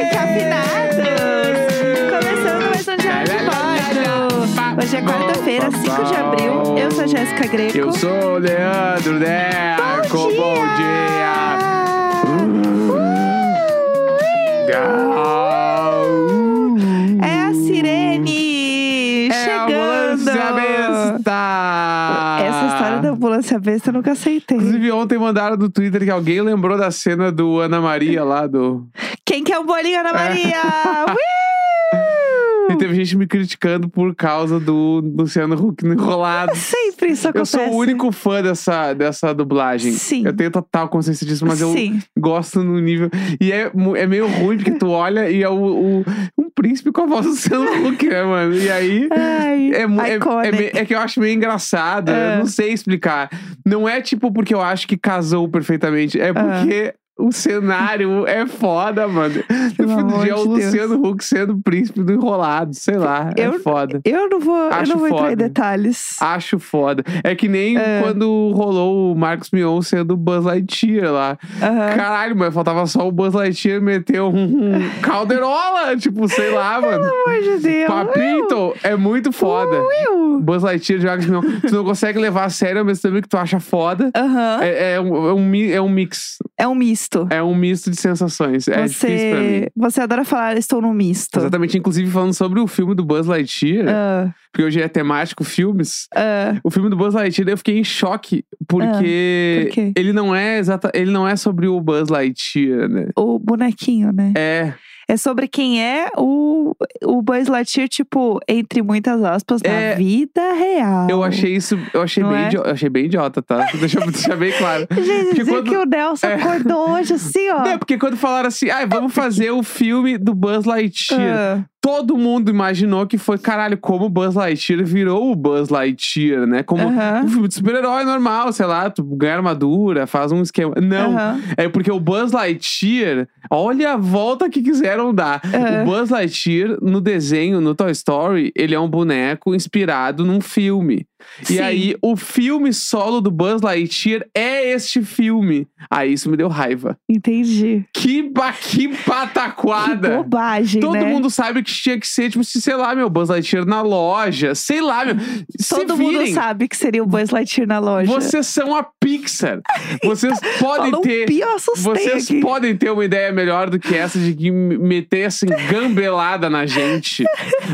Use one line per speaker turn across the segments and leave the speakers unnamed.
Ui, Cafinados! Começando mais um Diário de Bordo. Hoje é quarta-feira, 5 de abril. Eu sou a Jéssica Greco.
Eu sou o Leandro Neco.
Bom dia!
Bom dia!
Uh! É a Sirene
É a
chegando!
ambulância besta!
Essa história da ambulância besta eu nunca aceitei.
Inclusive, ontem mandaram no Twitter que alguém lembrou da cena do Ana Maria lá do.
Quem quer um bolinho, Ana Maria?
E
Ui!
teve gente me criticando por causa do Luciano Huck no enrolado.
Sempre isso
Eu
acontece.
sou o único fã dessa, dessa dublagem.
Sim.
Eu tenho total consciência disso, mas eu
Sim.
gosto no nível. E é, mu- é meio ruim, porque tu olha e é o, o- um príncipe com a voz do Luciano Huck, né, mano? E aí.
Ai,
É, mu- é, é,
iconic.
me- é que eu acho meio engraçado,
É.
eu não sei explicar. Não é tipo porque eu acho que casou perfeitamente, é porque o cenário é foda, mano.
Pelo
no fim do
amor
dia é o
de Deus.
Luciano Huck sendo o príncipe do enrolado, sei lá, é
Eu-
foda.
Eu não vou, eu
Acho
não vou entrar
foda. Ah,
em detalhes.
Acho foda. É que nem quando rolou o Marcos Mion sendo o Buzz Lightyear lá.
Aham.
Caralho, mas faltava só o Buzz Lightyear meter um um calderola, tipo, sei lá, mano.
Pelo amor de Deus.
Papito é muito foda.
Uiu.
Buzz Lightyear de Marcos Mion. Tu não consegue levar a sério, mas também que tu acha foda.
Aham.
É, é um, é, um, mi- é um mix.
É um misto.
É um misto de sensações. É difícil pra mim.
você, você adora falar, estou no misto.
Exatamente, inclusive falando sobre o filme do Buzz Lightyear,
Ah,
porque hoje é temático filmes.
ah,
O filme do Buzz Lightyear eu fiquei em choque, porque
por quê?
ele não é exata, ele não é sobre o Buzz Lightyear, né?
o bonequinho, né?
É,
É sobre quem é o, o Buzz Lightyear, tipo, entre muitas aspas,
É.
na vida real.
eu achei isso, eu achei
Ah. Não
bem,
é?
idi- eu achei bem idiota, tá? Deixa eu deixar bem claro.
Gente,
Porque
dizer
quando-
que o Nelson
É.
acordou hoje assim, ó.
Não, é porque quando falaram assim, ah, vamos fazer o filme do Buzz Lightyear.
Ah,
todo mundo imaginou que foi, caralho, como o Buzz Lightyear virou o Buzz Lightyear, né? Como
Aham.
um filme de super-herói normal, sei lá, tu ganha armadura, faz um esquema. Não.
aham.
É porque o Buzz Lightyear, olha a volta que quiseram dar.
Aham.
O Buzz Lightyear, no desenho, no Toy Story, ele é um boneco inspirado num filme.
Sim.
E aí, o filme solo do Buzz Lightyear é este filme. Aí isso me deu raiva.
Entendi.
Que, ba que
Que
pataquada!
bobagem,
Todo
né?
mundo sabe que tinha que ser, tipo, se, sei lá, meu, Buzz Lightyear na loja. Sei lá, meu. Se
Todo
virem,
mundo sabe que seria o Buzz Lightyear na loja.
Vocês são a Pixar. Vocês podem
Então, Falou
ter.
pi, eu assustei
Vocês
aqui.
podem ter uma ideia melhor do que essa de que me- metessem gambelada na gente.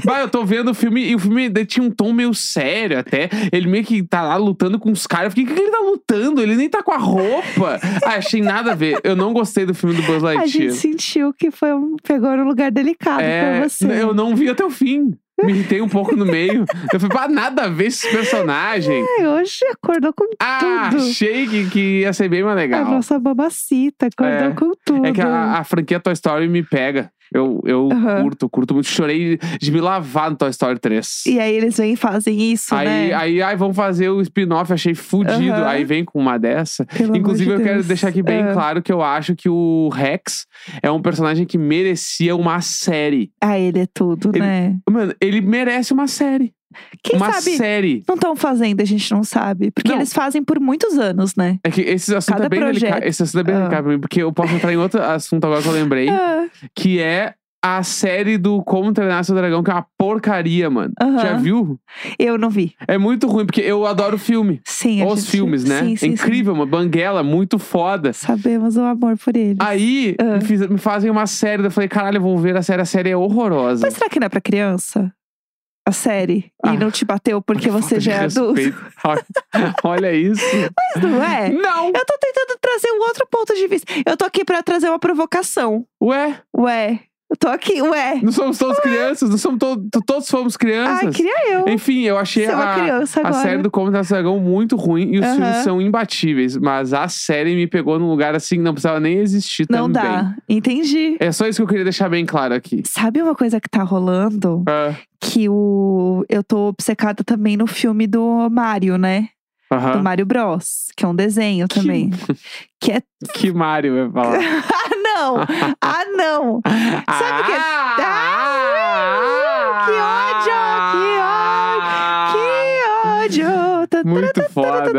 Vai, eu tô vendo o filme e o filme ainda tinha um tom meio sério até. Ele meio que tá lá lutando com os caras. Eu fiquei, o que, que ele tá lutando? Ele nem tá com a roupa. ah, achei nada a ver. Eu não gostei do filme do Buzz
A gente
Lightyear.
sentiu que foi um, pegou no lugar delicado pra você.
É, Eu não vi até o fim. Me irritei um pouco no meio. Eu falei, pá, nada a ver esse personagem.
Ai, É, hoje acordou com
Ah,
tudo.
achei que, que ia ser bem mais
A
legal.
nossa babacita acordou
É.
com tudo.
É que a, a franquia Toy Story me pega. Eu, eu
Aham.
curto, curto muito. Chorei de me lavar no Toy Story 3.
E aí eles vêm e fazem isso,
aí,
né?
aí, ai, vamos fazer o spin-off, achei fudido.
Aham.
Aí vem com uma dessa.
Pelo amor
Inclusive,
de
eu quero
Deus.
deixar aqui bem
Ah.
claro que eu acho que o Rex é um personagem que merecia uma série.
Ah, ele é tudo,
Ele-
né?
Mano, ele merece uma série.
Quem
uma
sabe
série.
não estão fazendo, a gente não sabe. Porque
Não.
eles fazem por muitos anos, né?
É que esse assunto
Cada
é bem
projeto-
delicado. Esse assunto é bem
Ah.
delicado pra mim, porque eu posso entrar em outro assunto agora que eu lembrei,
Ah,
que é a série do Como Treinar Seu Dragão, que é uma porcaria, mano.
Aham.
Já viu?
eu não vi.
É muito ruim, porque eu adoro filme.
Sim, a
Os
gente-
filmes, né?
Sim, sim,
é
sim.
incrível, uma banguela, muito foda.
Sabemos o amor por ele.
Aí
Ah.
me, fiz- me fazem uma série, daí eu falei, caralho, eu vou ver a série, a série é horrorosa.
Mas será que não é pra criança? A série?
Ah.
E não te bateu porque você
Falta de
já é adulto?
respeito. Olha- Olha isso.
Mas não é?
Não!
Eu tô tentando trazer um outro ponto de vista. Eu tô aqui pra trazer uma provocação.
Ué,
Ué, eu tô aqui, ué.
não somos todos crianças, não somos to- todos fomos crianças.
Ah. Ai, queria eu
Enfim, eu achei
ser é uma
a,
criança
A
agora.
série do Como Treinar Seu Dragão muito ruim e os
Aham.
filmes são imbatíveis, mas a série me pegou num lugar assim que não precisava nem existir
Não
também.
dá, entendi.
É só isso que eu queria deixar bem claro aqui.
Sabe uma coisa que tá rolando?
Ah,
Que o... eu tô obcecada também no filme do Mario, né?
Aham.
Do Mario Bros, que é um desenho também. Que é...
Que Mario vai falar.
Ah, não! ah, não! Sabe o que é-
Ah! Muito foda.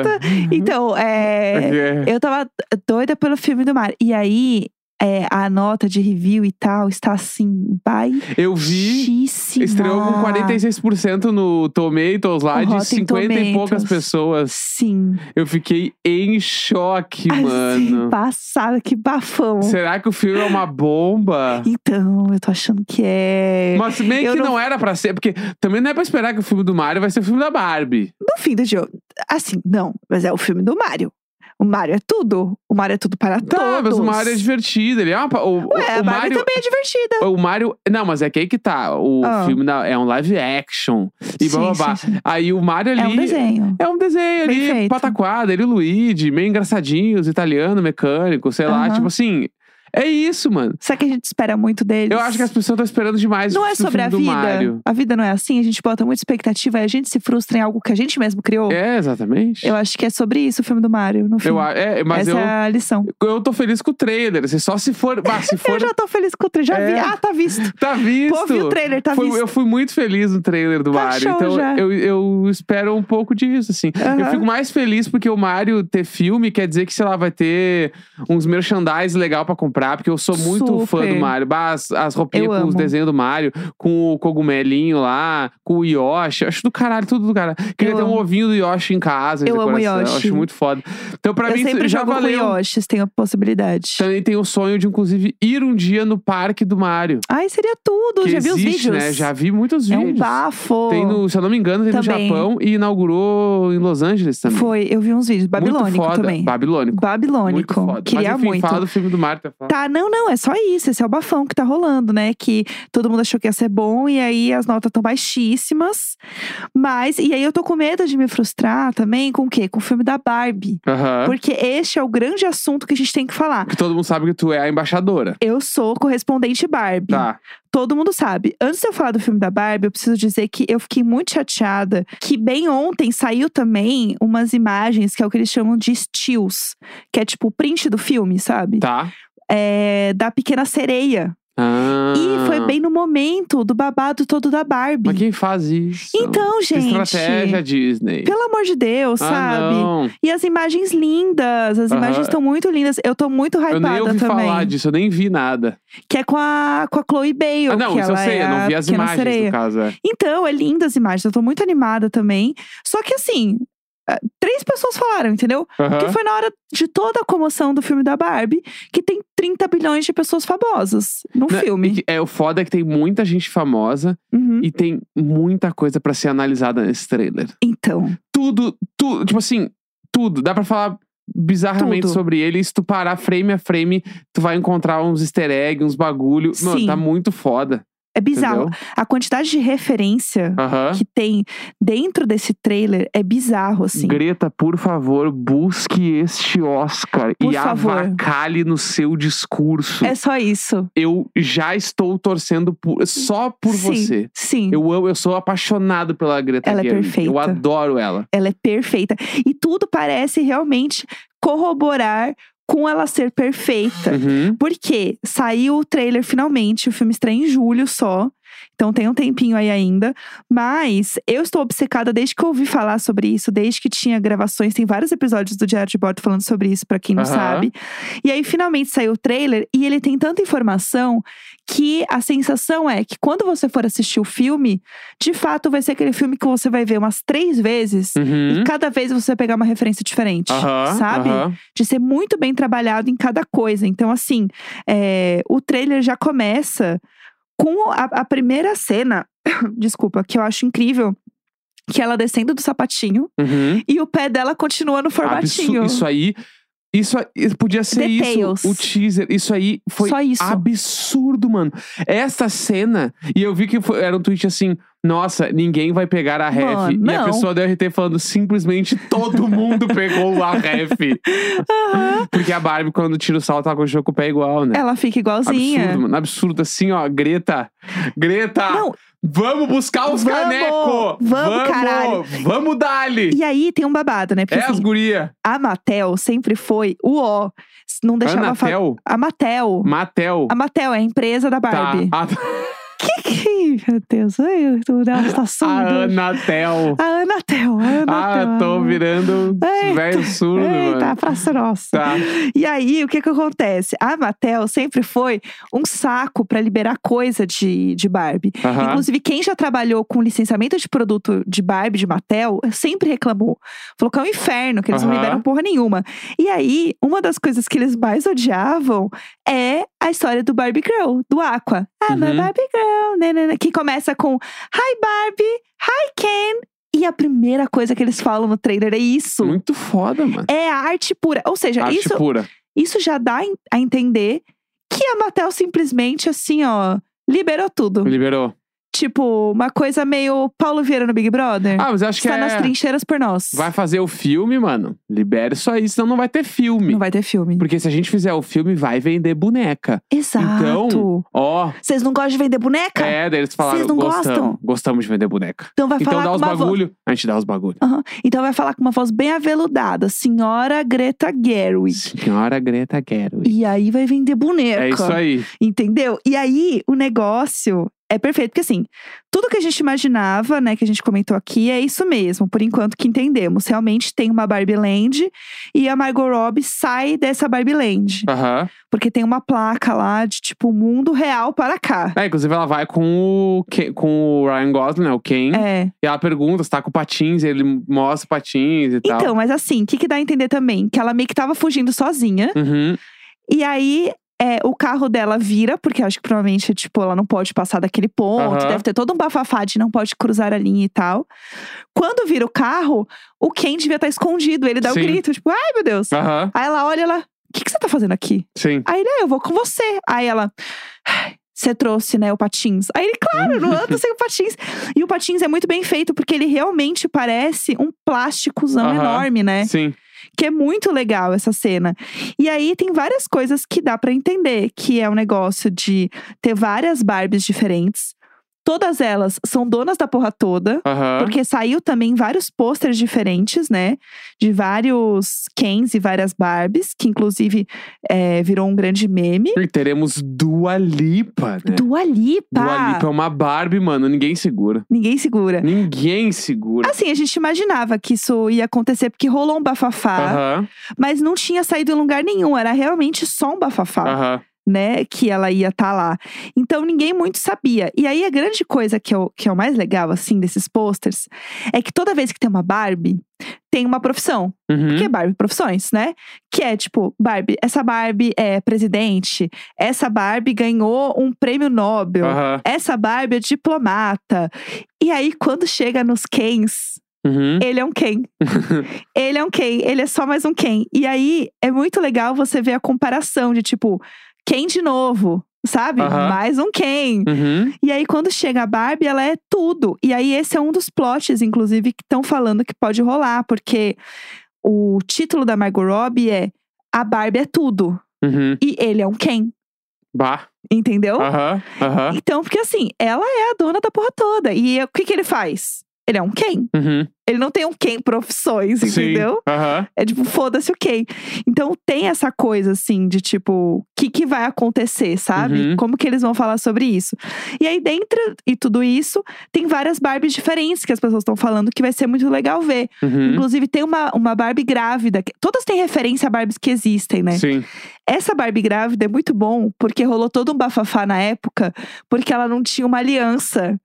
Então, é,
Porque-
eu tava doida pelo filme do mar. E aí, é, a nota de review e tal está assim,
Eu vi.
baixíssima.
Estreou com 46% no Tomatoes lá,
O
de
Rotten
50 e poucas
Tomatoes.
pessoas.
Sim.
Eu fiquei em choque,
Assim,
mano.
passada, que bafão.
Será que o filme é uma bomba?
Então, eu tô achando que é.
Mas meio
Eu
que não...
não-
era pra ser, porque também não é pra esperar que o filme do Mario vai ser o filme da Barbie.
No fim do jogo. Assim, não, mas é o filme do Mario. O Mario é tudo. O Mario é tudo para
Tá,
todos.
mas o Mario é divertido. Ele é uma, pa- o,
Ué,
o,
a
o
Barbie
Mario.
também é divertida.
O Mario. Não, mas é que aí que tá. O
Ah.
filme da- é um live action. E blá blá
Sim,
blá.
sim, sim.
Aí o Mario ali.
É um desenho.
É um desenho
Bem
ali,
feito.
pataquada, ele e o Luigi, meio engraçadinhos, italiano, mecânico, sei lá,
Aham.
tipo assim. É isso, mano.
Será que a gente espera muito deles?
Eu acho que as pessoas estão esperando demais
Não é
do
sobre
filme
a
do
vida.
Mario.
A vida não é assim, a gente bota muita expectativa e a gente se frustra em algo que a gente mesmo criou.
É, exatamente.
Eu acho que é sobre isso o filme do Mario, no fim.
Eu a- é, mas
Essa
eu,
é a lição.
eu tô feliz com o trailer. Se só se for. Ah, se for.
Eu já tô feliz com o trailer. Já
É.
vi. Ah, tá visto.
Tá
Pô, vi o
visto.
trailer, tá
Foi-
visto.
eu fui muito feliz no trailer do
Tá
Mario.
show
Então
já.
eu, eu espero um pouco disso, assim. Eu
Aham.
fico mais feliz porque o Mario ter filme quer dizer que, sei lá, vai ter uns merchandise legal pra comprar, porque eu sou muito fã
Super.
do Mario. Bah, as, as roupinhas
Eu
com os
amo.
desenhos do Mario, com o cogumelinho lá, com o Yoshi. Eu acho do caralho, tudo do caralho. Queria
Eu
ter um
amo.
ovinho do Yoshi em casa, em
Eu amo
decoração. Eu
Yoshi.
acho muito foda. Então, pra
Eu
mim, isso
sempre
já
jogo
valeu.
com Yoshis, tenho a possibilidade.
Também tenho o sonho de, inclusive, ir um dia no parque do Mario.
Ai, seria tudo.
que
já vi
existe,
os vídeos.
né? Já vi muitos
é um
vídeos.
bafo.
Tem no, se eu não me engano, tem
Também.
no Japão e inaugurou em Los Angeles também.
Foi, eu vi uns vídeos. Babilônico
muito foda.
também.
Babilônico. Muito
Babilônico.
foda.
Queria
Mas, enfim,
muito.
Fala do filme do Mario. Tá.
Tá, não, não, é só isso. Esse é o bafão que tá rolando, né? Que todo mundo achou que ia ser bom e aí as notas tão baixíssimas. Mas, e aí eu tô com medo de me frustrar também com o quê? Com o filme da Barbie.
Aham.
Porque este é o grande assunto que a gente tem que falar.
Porque todo mundo sabe que tu é a embaixadora.
Eu sou correspondente Barbie.
Tá.
Todo mundo sabe. Antes de eu falar do filme da Barbie, eu preciso dizer que eu fiquei muito chateada. Que bem ontem saiu também umas imagens que é o que eles chamam de stills, que é tipo o print do filme, sabe?
Tá.
É, da pequena sereia.
Ah.
E foi bem no momento do babado todo da Barbie.
Mas quem faz isso?
Então,
Que
gente.
estratégia Disney.
Pelo amor de Deus,
ah,
sabe?
Não.
E as imagens lindas, as
Aham.
imagens estão muito lindas. Eu tô muito
Eu
hypada
nem ouvi
também.
falar disso, eu nem vi nada.
Que é com a, com a Chloe Bale.
ah, não,
que
isso eu
ela
sei,
é
eu
a
não vi as
pequena
imagens,
sereia.
no caso. é.
Então, é linda as imagens, eu tô muito animada também. Só que assim, ah, três pessoas falaram, entendeu?
Aham.
Que foi na hora de toda a comoção do filme da Barbie, que tem 30 bilhões de pessoas famosas no
Não,
um filme.
e que- É, o foda é que tem muita gente famosa
Uhum.
e tem muita coisa pra ser analisada nesse trailer.
Então,
tudo, tudo, tipo assim, tudo. Dá pra falar bizarramente
Tudo.
sobre ele. E se tu parar frame a frame, tu vai encontrar uns easter eggs, uns bagulho. Mano,
Sim.
tá muito foda.
é bizarro.
Entendeu?
A quantidade de referência
Aham.
que tem dentro desse trailer é bizarro, assim.
Greta, por favor, busque este Oscar
Por
e
favor.
avacalhe no seu discurso.
É só isso.
Eu já estou torcendo por- só por
sim,
você.
Sim.
Eu amo, eu sou apaixonado pela Greta
Ela é
Gerwig. Eu
perfeita.
adoro ela.
Ela é perfeita. E tudo parece realmente corroborar com ela ser perfeita.
Uhum.
Porque saiu o trailer finalmente, o filme estreia em julho só. Então tem um tempinho aí ainda. Mas eu estou obcecada desde que eu ouvi falar sobre isso, desde que tinha gravações. Tem vários episódios do Diário de Bordo falando sobre isso, pra quem não
Aham.
sabe. E aí finalmente saiu o trailer e ele tem tanta informação que a sensação é que quando você for assistir o filme, de fato vai ser aquele filme que você vai ver umas três vezes.
Uhum.
E cada vez você vai pegar uma referência diferente,
Aham,
sabe?
aham.
de ser muito bem trabalhado em cada coisa. Então, assim, é, o trailer já começa com a, a primeira cena, desculpa, que eu acho incrível. Que é ela descendo do sapatinho
Uhum.
e o pé dela continua no formatinho.
Absu- isso aí. Isso, a- isso podia ser
Details.
isso, o teaser. Isso aí foi
Só isso.
absurdo, mano. Essa cena, e eu vi que foi- era um tweet assim: nossa, ninguém vai pegar a ref.
Mano,
e a
não.
pessoa deu RT falando: simplesmente todo mundo pegou a ref.
Aham.
Porque a Barbie, quando tira o salto, ela continua com o pé igual, né?
Ela fica igualzinha.
Absurdo, Ah, mano. Absurdo assim, ó. Greta. Greta!
Não.
Vamos buscar os
Vamos!
canecos!
Vamos, caralho!
Vamos, dali!
E aí tem um babado, né? Porque
É as
assim,
guria.
a Mattel sempre foi o ó. Não deixava falar.
Anatel? Hum.
A Mattel.
Matel.
A Mattel é a empresa da Barbie.
Tá. Ah, tá.
Que que. Meu Deus, ai, o Nelson tá surdo.
A
hoje.
Anatel.
A Anatel, a Anatel.
Ah, tô virando
Eita,
velho surdo,
Eita,
mano.
praça nossa.
Tá.
E aí, o que que acontece? A Mattel sempre foi um saco pra liberar coisa de, de Barbie.
Aham.
Inclusive, quem já trabalhou com licenciamento de produto de Barbie, de Mattel, eh, sempre reclamou. Falou que é um inferno, que eles não
Aham.
liberam porra nenhuma. E aí, uma das coisas que eles mais odiavam é a história do Barbie Girl, do Aqua. Ah, my
Uhum.
Barbie Girl, né, né, né, que começa com Hi Barbie, Hi Ken. E a primeira coisa que eles falam no trailer é isso.
Muito foda, mano.
É a arte pura. Ou seja,
Hum. Arte
isso,
pura.
isso já dá en- a entender que a Mattel simplesmente, assim, ó, liberou tudo.
Liberou.
Tipo, uma coisa meio Paulo Vieira no Big Brother.
Ah, mas acho que
Está nas
é...
trincheiras por nós.
Vai fazer o filme, mano. Libera isso aí, senão não vai ter filme.
Não vai ter filme.
Porque se a gente fizer o filme, vai vender boneca.
Exato.
Ó,
Vocês não gostam de vender boneca?
Então é, daí eles falaram,
Vocês não
gostamos,
gostam?
gostamos de vender boneca.
Então vai
Então
falar
dá
com
os
uma voz.
bagulho, a gente dá os bagulho.
Aham. Então vai falar com uma voz bem aveludada. Senhora Greta Gerwig.
Senhora Greta Gerwig.
E aí vai vender boneca.
É isso aí.
Entendeu? E aí, o negócio é perfeito, porque assim, tudo que a gente imaginava, né, que a gente comentou aqui, é isso mesmo, por enquanto que entendemos. Realmente tem uma Barbie Land e a Margot Robbie sai dessa Barbie Land,
Aham.
porque tem uma placa lá de tipo mundo real para cá.
É, inclusive ela vai com o, Ken- com o Ryan Gosling, né, o Ken.
É.
E ela pergunta se tá com patins, e ele mostra patins e tal.
Então, mas assim, o que, que dá a entender também? Que ela meio que tava fugindo sozinha.
Uhum.
E aí, é, o carro dela vira, porque acho que provavelmente, tipo, ela não pode passar daquele ponto.
Aham.
Deve ter todo um bafafá de não pode cruzar a linha e tal. Quando vira o carro, o Ken devia estar escondido. Ele dá
Sim. Ah.
um grito, tipo, ai meu Deus.
Aham.
Aí ela olha, ela, o que, que você tá fazendo aqui?
Sim.
Aí ele, ah, eu vou com você. Aí ela, "Ai, você trouxe, né, o patins. Aí ele, claro, não anda sem o patins. E o patins é muito bem feito, porque ele realmente parece um plásticozão
Aham.
enorme, né?
Sim.
que é muito legal essa cena. E aí tem várias coisas que dá pra entender, que é um negócio de ter várias Barbies diferentes. Todas elas são donas da porra toda,
Aham.
porque saiu também vários pôsteres diferentes, né? De vários Kens e várias Barbies, que inclusive é, virou um grande meme.
E teremos Dua Lipa, né?
Dua Lipa!
Dua Lipa é uma Barbie, mano. Ninguém segura.
Ninguém segura.
Ninguém segura.
Assim, a gente imaginava que isso ia acontecer, porque rolou um bafafá,
Aham.
mas não tinha saído em lugar nenhum, era realmente só um bafafá.
Aham.
né, que ela ia estar lá. Então ninguém muito sabia. E aí a grande coisa que é o, que é o mais legal, assim, desses posters, é que toda vez que tem uma Barbie, tem uma profissão.
Uhum.
Que é Barbie Profissões, né? Que é tipo, Barbie, essa Barbie é presidente, essa Barbie ganhou um prêmio Nobel,
Aham.
essa Barbie é diplomata. E aí quando chega nos Kens,
Uhum.
ele é um Ken. ele é um Ken, ele é só mais um Ken. E aí é muito legal você ver a comparação de tipo, Ken de novo, sabe?
Aham.
Mais um Ken.
Uhum.
E aí quando chega a Barbie, ela é tudo. E aí esse é um dos plots, inclusive, que estão falando que pode rolar, porque o título da Margot Robbie é A Barbie é tudo
Uhum.
e ele é um Ken,
Bah.
entendeu?
Aham. Aham.
Então, porque assim, ela é a dona da porra toda. E o que que ele faz? Ele é um Ken.
Uhum.
Ele não tem um Ken profissões,
Sim.
entendeu?
Aham.
É tipo, foda-se o Ken. Então tem essa coisa, assim, de tipo, o que, que vai acontecer, sabe?
Uhum.
Como que eles vão falar sobre isso? E aí, dentro e tudo isso, tem várias Barbies diferentes que as pessoas estão falando que vai ser muito legal ver.
Uhum.
Inclusive, tem uma, uma Barbie grávida. que- Todas têm referência a Barbies que existem, né?
Sim.
Essa Barbie grávida é muito bom, porque rolou todo um bafafá na época, porque ela não tinha uma aliança.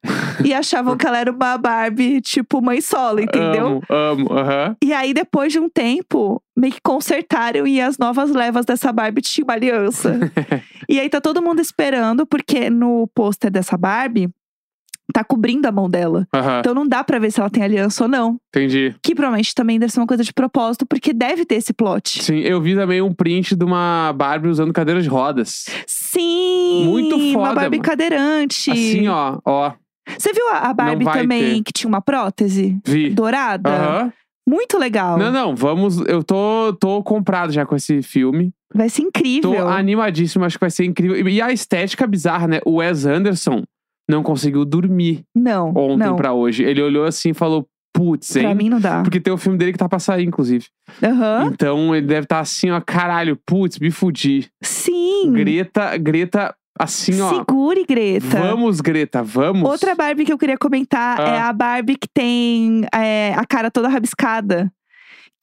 e achavam que ela era uma Barbie, tipo, mãe solo, entendeu?
Amo, amo. Aham.
E aí, depois de um tempo, meio que consertaram e as novas levas dessa Barbie tinham uma aliança. e aí tá todo mundo esperando, porque no pôster dessa Barbie tá cobrindo a mão dela.
Aham.
Então não dá pra ver se ela tem aliança ou não.
Entendi.
Que provavelmente também deve ser uma coisa de propósito, porque deve ter esse plot.
Sim, eu vi também um print de uma Barbie usando cadeira de rodas.
Sim!
Muito
Uma
foda,
Barbie
mano.
cadeirante.
Assim, ó, ó,
Você viu a a Barbie
vai
também
ter.
que tinha uma prótese
vi.
dourada?
Aham.
Muito legal.
Não, não, vamos. Eu tô, tô comprado já com esse filme.
Vai ser incrível.
Tô animadíssimo, acho que vai ser incrível. E- E a estética bizarra, né? O Wes Anderson não conseguiu dormir
Não,
ontem
não.
pra hoje. Ele olhou assim e falou: putz,
Pra
hein?
mim não dá.
Porque tem o filme dele que tá pra sair, inclusive.
Aham.
tá Então ele deve estar assim, ó, caralho, putz, me fudi.
Sim.
Greta, Greta Assim, ó.
Segure, Greta.
Vamos, Greta, vamos.
Outra Barbie que eu queria comentar
Ah.
é a Barbie que tem é, a cara toda rabiscada.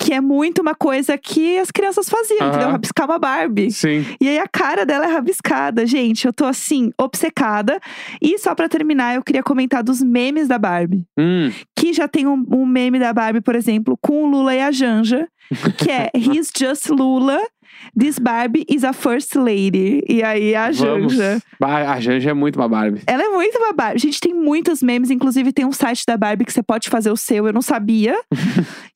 Que é muito uma coisa que as crianças faziam,
Aham.
entendeu? Rabiscar uma Barbie.
Sim.
E aí a cara dela é rabiscada, gente. Eu tô assim, obcecada. E só pra terminar, eu queria comentar dos memes da Barbie.
Hum.
Que já tem um, um meme da Barbie, por exemplo, com o Lula e a Janja. Que é He's just Lula. This Barbie is a first lady. E aí a
vamos.
Janja.
Bah, a Janja é muito uma Barbie.
Ela é muito uma Barbie. Gente, tem muitos memes. Inclusive, tem um site da Barbie que você pode fazer o seu. Eu não sabia.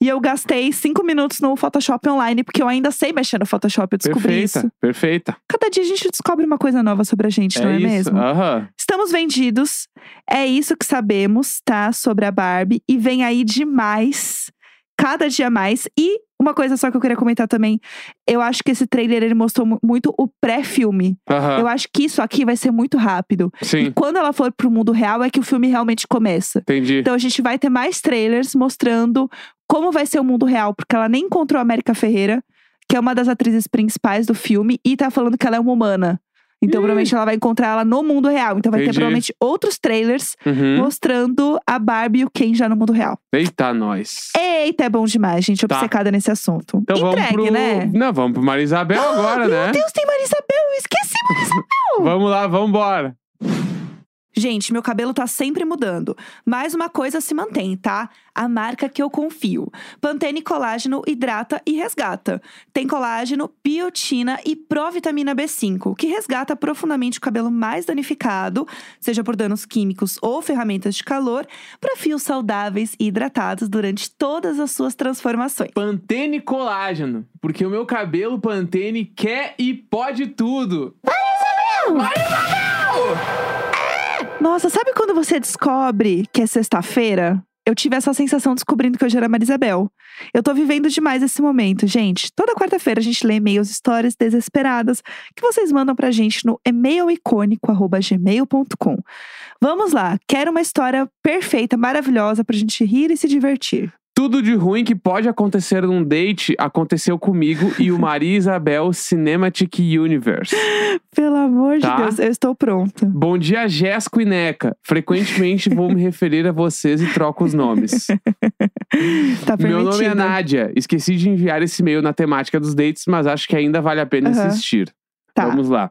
e eu gastei cinco minutos no Photoshop online, porque eu ainda sei mexer no Photoshop. Eu descobri
perfeita,
isso.
perfeita.
Cada dia a gente descobre uma coisa nova sobre a gente, não é
isso. Ah.
mesmo?
Aham.
Estamos vendidos. É isso que sabemos, tá? Sobre a Barbie. E vem aí demais. Cada dia mais. E uma coisa só que eu queria comentar também. Eu acho que esse trailer, ele mostrou mu- muito o pré-filme.
Aham.
Eu acho que isso aqui vai ser muito rápido. E
Sim,
quando ela for pro mundo real, é que o filme realmente começa.
entendi.
Então a gente vai ter mais trailers mostrando como vai ser o mundo real, porque ela nem encontrou a América Ferreira, que é uma das atrizes principais do filme, e tá falando que ela é uma humana. Então,
Ih.
provavelmente ela vai encontrar ela no mundo real. Então, vai
Entendi.
ter provavelmente outros trailers
Uhum.
mostrando a Barbie e o Ken já no mundo real.
Eita, nós.
Eita, é bom demais, gente.
Tá.
Obcecada nesse assunto.
Então
Entregue,
vamos pro.
né? Ah,
Não, vamos pro Marisabel agora,
Meu
né?
Deus, tem Marisabel! Eu esqueci
Vamos lá, vamos embora.
Gente, meu cabelo tá sempre mudando, mas uma coisa se mantém, tá? A marca que eu confio. Pantene Colágeno hidrata e resgata. Tem colágeno, biotina e provitamina B5, que resgata profundamente o cabelo mais danificado, seja por danos químicos ou ferramentas de calor, para fios saudáveis e hidratados durante todas as suas transformações.
Pantene Colágeno. Porque o meu cabelo Pantene quer e pode tudo.
Nossa, sabe quando você descobre que é sexta-feira? Eu tive essa sensação descobrindo que hoje era Marisabel. Eu tô vivendo demais esse momento, gente. Toda quarta-feira a gente lê e-mails, histórias desesperadas que vocês mandam pra gente no e-mailicônico.gmail.com. Vamos lá, quero uma história perfeita, maravilhosa pra gente rir e se divertir.
Tudo de ruim que pode acontecer num date aconteceu comigo e o Maria Isabel Cinematic Universe.
Pelo amor
Tá.
de Deus, eu estou pronta.
Bom dia, Jéssico e Neca. Frequentemente vou me referir a vocês e troco os nomes.
Tá
Meu nome é
permitido.
Nádia. Esqueci de enviar esse e-mail na temática dos dates, mas acho que ainda vale a pena
Aham.
insistir.
Tá,
Vamos lá.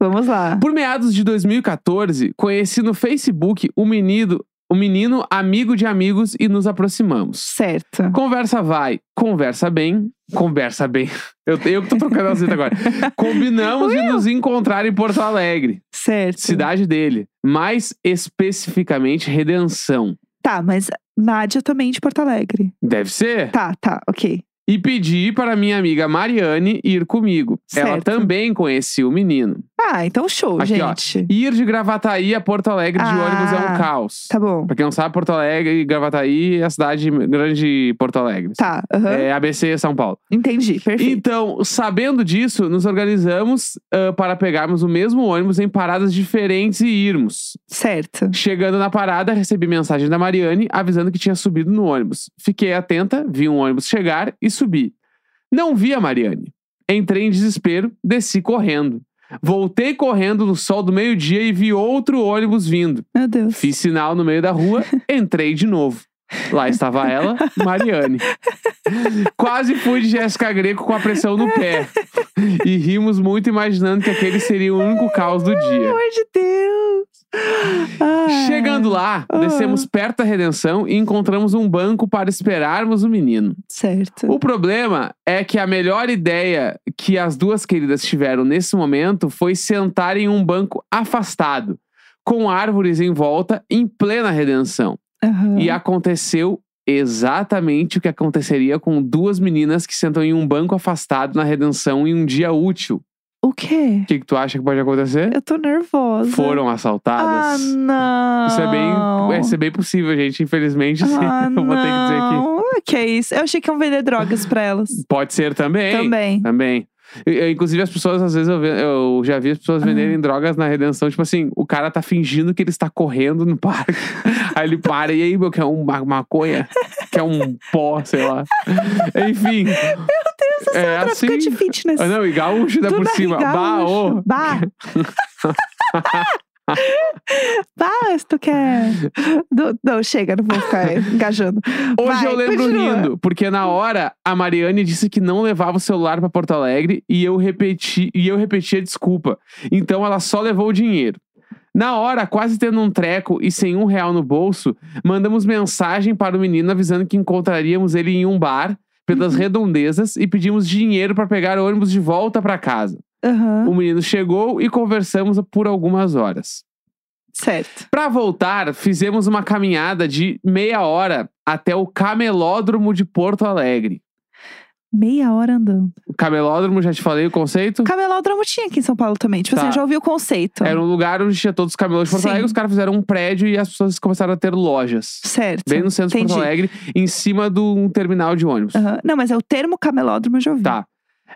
vamos lá.
Por meados de 2014, conheci no Facebook um menino, um menino amigo de amigos e nos aproximamos.
Certo.
Conversa vai, conversa bem, conversa bem. Eu, eu que tô trocando as letras agora. Combinamos de nos encontrar em Porto Alegre,
Certo.
cidade dele. Mais especificamente, Redenção.
Tá, mas Nádia também é de Porto Alegre.
Deve ser?
Tá, tá, ok.
E pedi para minha amiga Mariane ir comigo. Ela
Certo.
também conhecia o menino.
Ah, então show,
Aqui, ó.
gente.
Ir de Gravataí a Porto Alegre de
Ah,
ônibus é um caos.
Tá bom.
Pra quem não sabe, Porto Alegre e Gravataí é a cidade grande de Porto Alegre.
Tá, aham.
É ABC São Paulo.
entendi. Perfeito.
Então, sabendo disso, nos organizamos ah, para pegarmos o mesmo ônibus em paradas diferentes e irmos.
Certo.
Chegando na parada, recebi mensagem da Mariane avisando que tinha subido no ônibus. Fiquei atenta, vi um ônibus chegar e subi. Não vi a Mariane. Entrei em desespero, desci correndo. Voltei correndo no sol do meio-dia e vi outro ônibus vindo.
Meu Deus.
Fiz sinal no meio da rua, entrei de novo. Lá estava ela, Mariane. Quase fui de Jéssica Greco com a pressão no pé. E rimos muito imaginando que aquele seria o único caos do
Pelo
dia.
amor de Deus. Ah.
Chegando lá, descemos perto da redenção e encontramos um banco para esperarmos o menino.
Certo.
O problema é que a melhor ideia que as duas queridas tiveram nesse momento foi sentar em um banco afastado, com árvores em volta, em plena redenção.
Aham.
E aconteceu exatamente o que aconteceria com duas meninas que sentam em um banco afastado na redenção em um dia útil.
O quê?
O que, que tu acha que pode acontecer?
Eu tô nervosa.
Foram
é. Ah,
assaltadas.
não.
Isso é bem, é, isso é bem possível, gente. Infelizmente, sim.
Ah,
eu vou ter que dizer que
não. Que é isso? Eu achei que iam vender drogas pra elas.
pode ser também.
Também.
Também. E- e, Inclusive, as pessoas, às vezes, eu, ve- eu já vi as pessoas venderem drogas na redenção. Tipo assim, o cara tá fingindo que ele está correndo no parque. aí ele para, e aí, meu, quer uma maconha? quer um pó, sei lá. Enfim.
Essa é
É
traficante
assim.
fitness.
Ah, Não, e gaúcho dá
Do
por
nariz
cima. Bah, ô.
gaúcho. é Bah. Pá, se tu quer. Do- não, chega, não vou ficar engajando.
Hoje
Vai,
eu lembro
continua.
rindo, porque na hora a Mariane disse que não levava o celular pra Porto Alegre e eu repeti e eu repeti a desculpa. Então ela só levou o dinheiro. Na hora, quase tendo um treco e sem um real no bolso, mandamos mensagem para o menino avisando que encontraríamos ele em um bar
Uhum.
pelas redondezas e pedimos dinheiro pra pegar o ônibus de volta pra casa.
Aham,
O menino chegou e conversamos por algumas horas.
certo.
Pra voltar, fizemos uma caminhada de meia hora até o Camelódromo de Porto Alegre.
Meia hora andando.
O camelódromo, já te falei o conceito?
Camelódromo tinha aqui em São Paulo também.
Hum.
Tipo
Tá.
assim, eu já ouvi o conceito.
Era um lugar onde tinha todos os camelôs de Porto
Sim.
Alegre. Os caras fizeram um prédio e as pessoas começaram a ter lojas.
Certo.
Bem no centro de Porto
Entendi.
Alegre, em cima de um terminal de ônibus.
Aham. Não, mas é o termo camelódromo, eu já ouvi.
Tá.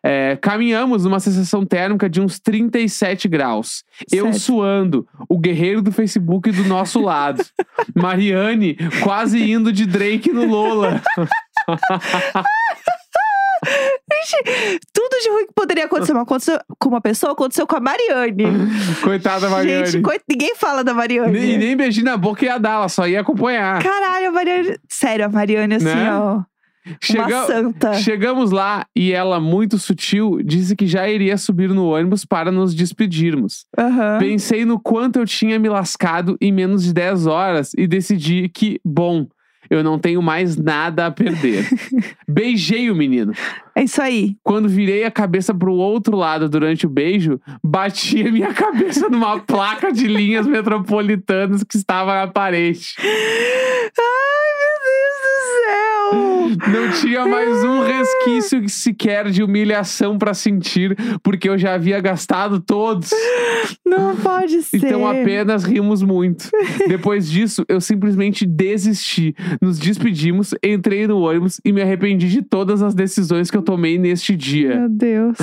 É, caminhamos numa sensação térmica de uns 37 graus. Eu
Certo.
suando, o guerreiro do Facebook do nosso lado. Mariane quase indo de Drake no Lola.
Gente, tudo de ruim que poderia acontecer mas aconteceu com uma pessoa, aconteceu com a Mariane.
Coitada, Mariane.
Gente, coit- ninguém fala da Mariane.
Nem- E nem beijinho na boca ia dar, ela só ia acompanhar.
Caralho, a Mariane. Sério, a Mariane, assim,
Né?
ó. Uma
Chega-
santa.
Chegamos lá e ela, muito sutil, disse que já iria subir no ônibus para nos despedirmos.
Aham.
Pensei no quanto eu tinha me lascado em menos de 10 horas e decidi que, bom, eu não tenho mais nada a perder. Beijei o menino.
É isso aí.
Quando virei a cabeça pro outro lado durante o beijo, bati a minha cabeça numa placa de linhas metropolitanas que estava na parede.
Ai, meu Deus do céu!
Não tinha mais um resquício sequer de humilhação pra sentir, porque eu já havia gastado todos.
Não pode ser.
Então apenas rimos muito. Depois disso, eu simplesmente desisti. Nos despedimos, entrei no ônibus e me arrependi de todas as decisões que eu tomei neste dia.
Meu Deus.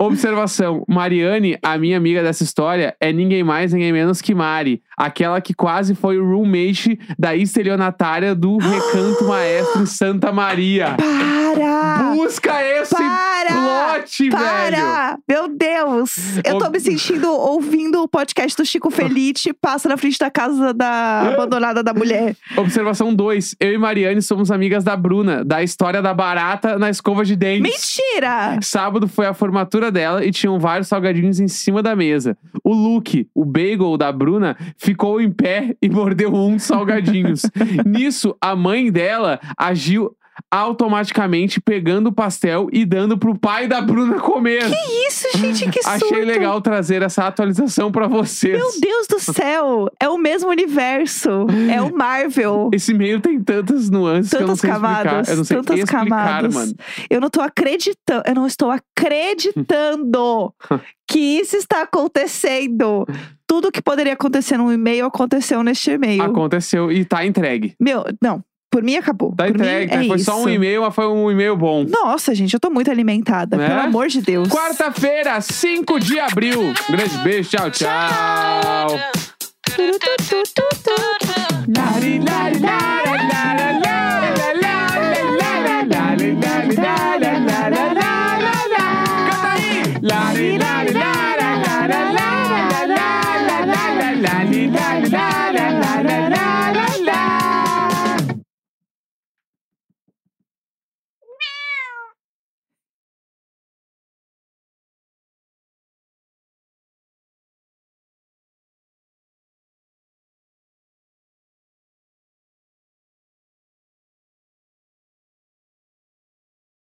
Observação: Mariane, a minha amiga dessa história, é ninguém mais, ninguém menos que Mari, aquela que quase foi o roommate da estelionatária do Recanto Maestro em Santa Maria.
Ah, Para!
Busca esse
Para!
plot, velho!
Para! Meu Deus! Eu tô
Ô-
me sentindo ouvindo o podcast do Chico Felite, passa na frente da casa da abandonada da mulher.
Observação 2. Eu e Mariane somos amigas da Bruna, da história da barata na escova de dentes.
Mentira!
Sábado foi a formatura dela e tinham vários salgadinhos em cima da mesa. O Luke, o bagel da Bruna, ficou em pé e mordeu um dos salgadinhos. Nisso, a mãe dela agiu automaticamente pegando o pastel e dando pro pai da Bruna comer.
Isso, gente, que surto!
Achei legal trazer essa atualização pra vocês.
Meu Deus do céu! É o mesmo universo. É o Marvel.
Esse meio tem tantas nuances que eu não
Tantas
sei
camadas.
explicar. Eu não sei
tantas
explicar,
camadas.
mano.
Eu não tô acreditando. Eu não estou acreditando que isso está acontecendo. Tudo que poderia acontecer num e-mail aconteceu neste e-mail.
Aconteceu e tá entregue.
Meu, não. Por mim acabou.
Tá
por
entregue,
mim,
tá?
é
Foi
isso.
só um e-mail, mas foi um e-mail bom.
Nossa, gente, eu tô muito alimentada.
Né?
Pelo amor de Deus.
Quarta-feira, 5 de abril. Grande beijo, tchau, tchau.
Lari, lari.